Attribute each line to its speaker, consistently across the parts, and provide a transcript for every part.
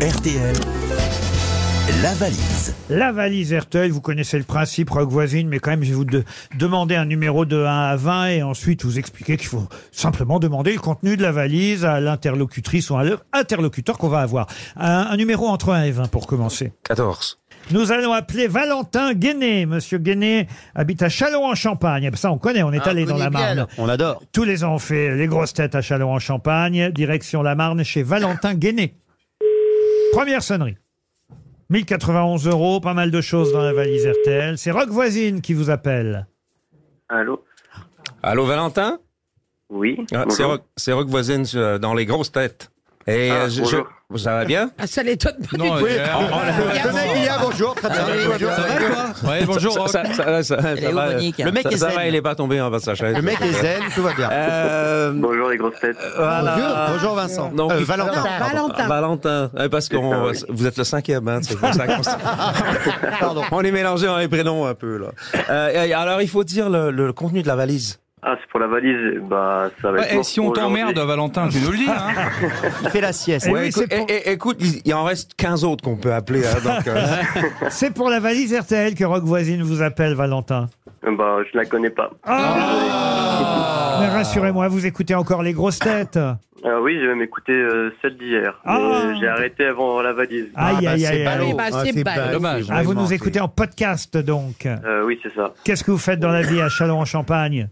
Speaker 1: RTL, la valise.
Speaker 2: La valise Hertel, vous connaissez le principe, Rock voisine, mais quand même, je vais vous de- demander un numéro de 1 à 20 et ensuite vous expliquer qu'il faut simplement demander le contenu de la valise à l'interlocutrice ou à l'interlocuteur qu'on va avoir. Un, un numéro entre 1 et 20 pour commencer.
Speaker 3: 14.
Speaker 2: Nous allons appeler Valentin Guéné. Monsieur Guéné habite à Châlons-en-Champagne. Ça, on connaît, on est allé dans la Marne.
Speaker 3: On adore.
Speaker 2: Tous les ans, on fait les grosses têtes à Châlons-en-Champagne, direction la Marne, chez Valentin Guéné. Première sonnerie. 1091 euros, pas mal de choses dans la valise RTL. C'est Rock Voisine qui vous appelle.
Speaker 4: Allô
Speaker 3: Allô Valentin
Speaker 4: Oui.
Speaker 3: Ah,
Speaker 4: bonjour.
Speaker 3: C'est Rock, c'est Rock Voisine euh, dans les grosses têtes. Et
Speaker 4: Ah,
Speaker 3: euh, je-
Speaker 4: bonjour.
Speaker 3: je- ça va bien
Speaker 5: Ah, ça l'étonne pas du tout.
Speaker 6: bonjour, très bien.
Speaker 7: Ouais, bonjour. Rock.
Speaker 3: Ça- ça- ça- ça- ça
Speaker 5: est
Speaker 3: va,
Speaker 5: ironique, hein.
Speaker 3: Le mec
Speaker 6: Ça-
Speaker 3: est
Speaker 6: ça
Speaker 3: zen.
Speaker 6: va,
Speaker 3: il est pas tombé en bas de sa chaise.
Speaker 6: Le mec est zen, tout va bien.
Speaker 3: Euh,
Speaker 4: Bonjour les grosses têtes.
Speaker 3: voilà.
Speaker 6: Bonjour, bonjour Vincent.
Speaker 3: Non,
Speaker 6: Euh,
Speaker 3: qui-
Speaker 6: Valentin. pardon.
Speaker 5: Valentin.
Speaker 3: Valentin, Ouais, parce que
Speaker 4: Ah oui.
Speaker 3: vous êtes le cinquième, hein, c'est pour ça qu'on s-
Speaker 6: Pardon.
Speaker 3: on est mélangé dans les prénoms un peu là. Euh, et alors il faut dire le, le contenu de la valise.
Speaker 4: Ah, c'est pour la valise Bah, ça va être.
Speaker 3: eh,
Speaker 7: Ouais, et
Speaker 4: mort
Speaker 7: si on
Speaker 4: pour
Speaker 7: t'emmerde,
Speaker 4: aujourd'hui.
Speaker 7: Valentin, tu nous le dis. Hein
Speaker 6: Il fait la sieste.
Speaker 2: Et
Speaker 3: Ouais,
Speaker 2: oui,
Speaker 3: écou-
Speaker 2: c'est pour-
Speaker 3: é- é- écoute, il il en reste 15 autres qu'on peut appeler. hein, donc, euh,
Speaker 2: C'est pour la valise RTL que Rock Voisine vous appelle, Valentin. Ah
Speaker 4: Bah, je la connais pas.
Speaker 2: Mais rassurez-moi, vous écoutez encore les grosses têtes.
Speaker 4: Ah oui, je vais m'écouter euh, celle d'hier. mais
Speaker 2: Ah.
Speaker 4: J'ai arrêté avant la valise.
Speaker 2: Aïe, aïe, aïe,
Speaker 5: ballot.
Speaker 2: aïe.
Speaker 5: bah, c'est ballot.
Speaker 7: Dommage.
Speaker 2: Ah, vous nous écoutez en podcast, donc.
Speaker 4: Euh, oui, c'est ça.
Speaker 2: Qu'est-ce que vous faites dans la vie à Châlons-en-Champagne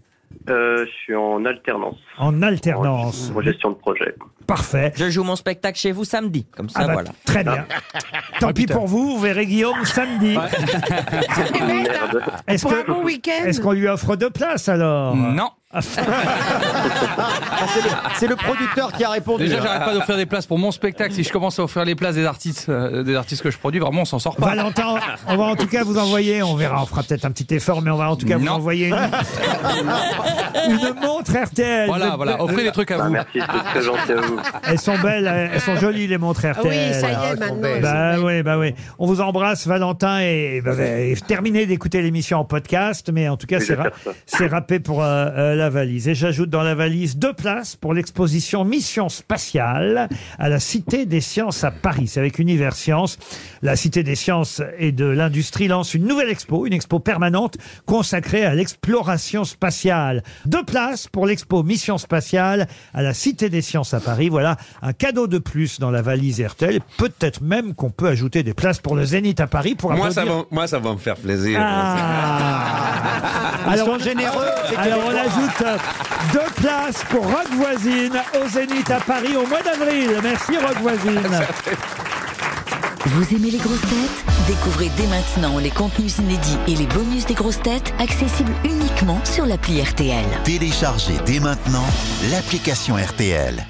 Speaker 4: Euh, je suis en alternance.
Speaker 2: En alternance.
Speaker 4: En gestion de projet.
Speaker 2: Parfait.
Speaker 8: Je joue mon spectacle chez vous samedi, comme ça,
Speaker 2: Ah bah,
Speaker 8: voilà.
Speaker 2: Très bien. Tant
Speaker 7: Ah,
Speaker 2: pis pour vous, vous verrez Guillaume samedi.
Speaker 5: Eh ben, t'as-
Speaker 2: Est-ce
Speaker 5: Pour un
Speaker 2: que-
Speaker 5: bon week-end.
Speaker 2: est-ce qu'on lui offre deux places alors
Speaker 7: Non.
Speaker 6: Ah, c'est le- C'est le producteur qui a répondu.
Speaker 7: Déjà,
Speaker 6: hein.
Speaker 7: j'arrête pas d'offrir des places pour mon spectacle. Si je commence à offrir les places des artistes, euh, des artistes que je produis, vraiment, on s'en sort pas.
Speaker 2: Valentin, on va en tout cas vous envoyer, on verra, on fera peut-être un petit effort, mais on va en tout cas vous
Speaker 7: Non.
Speaker 2: envoyer une, une montre RTL. Vous
Speaker 7: Voilà,
Speaker 2: êtes-
Speaker 7: voilà. Offrez des trucs à
Speaker 4: Ah,
Speaker 7: vous.
Speaker 4: merci, c'est très gentil à vous.
Speaker 2: Elles sont belles, elles sont jolies les montres
Speaker 5: Ah oui,
Speaker 2: RTL.
Speaker 5: ça y
Speaker 6: Ah,
Speaker 5: est,
Speaker 6: ils sont
Speaker 5: maintenant.
Speaker 6: belles.
Speaker 5: elles sont
Speaker 2: Bah
Speaker 5: belles.
Speaker 2: oui, bah oui. On vous embrasse, Valentin, et, bah, bah, et terminez d'écouter l'émission en podcast, mais en tout cas,
Speaker 4: Oui,
Speaker 2: c'est
Speaker 4: je vais
Speaker 2: ra-
Speaker 4: faire ça.
Speaker 2: c'est râpé pour euh, euh, la valise. Et j'ajoute dans la valise deux places pour l'exposition Mission Spatiale à la Cité des Sciences à Paris. C'est avec Univers Sciences. La Cité des Sciences et de l'Industrie lance une nouvelle expo, une expo permanente consacrée à l'exploration spatiale. Deux places pour l'expo Mission Spatiale à la Cité des Sciences à Paris. Voilà un cadeau de plus dans la valise RTL. Peut-être même qu'on peut ajouter des places pour le Zénith à Paris pour
Speaker 3: moi, ça
Speaker 2: applaudir.
Speaker 3: va, moi, ça va me faire plaisir.
Speaker 2: Ah alors,
Speaker 6: sont généreux, c'est
Speaker 2: alors on ajoute euh, deux places pour Rock Voisine au Zénith à Paris au mois d'avril. Merci Rock Voisine.
Speaker 9: Vous aimez les grosses têtes Découvrez dès maintenant les contenus inédits et les bonus des grosses têtes accessibles uniquement sur l'appli RTL.
Speaker 1: Téléchargez dès maintenant l'application RTL.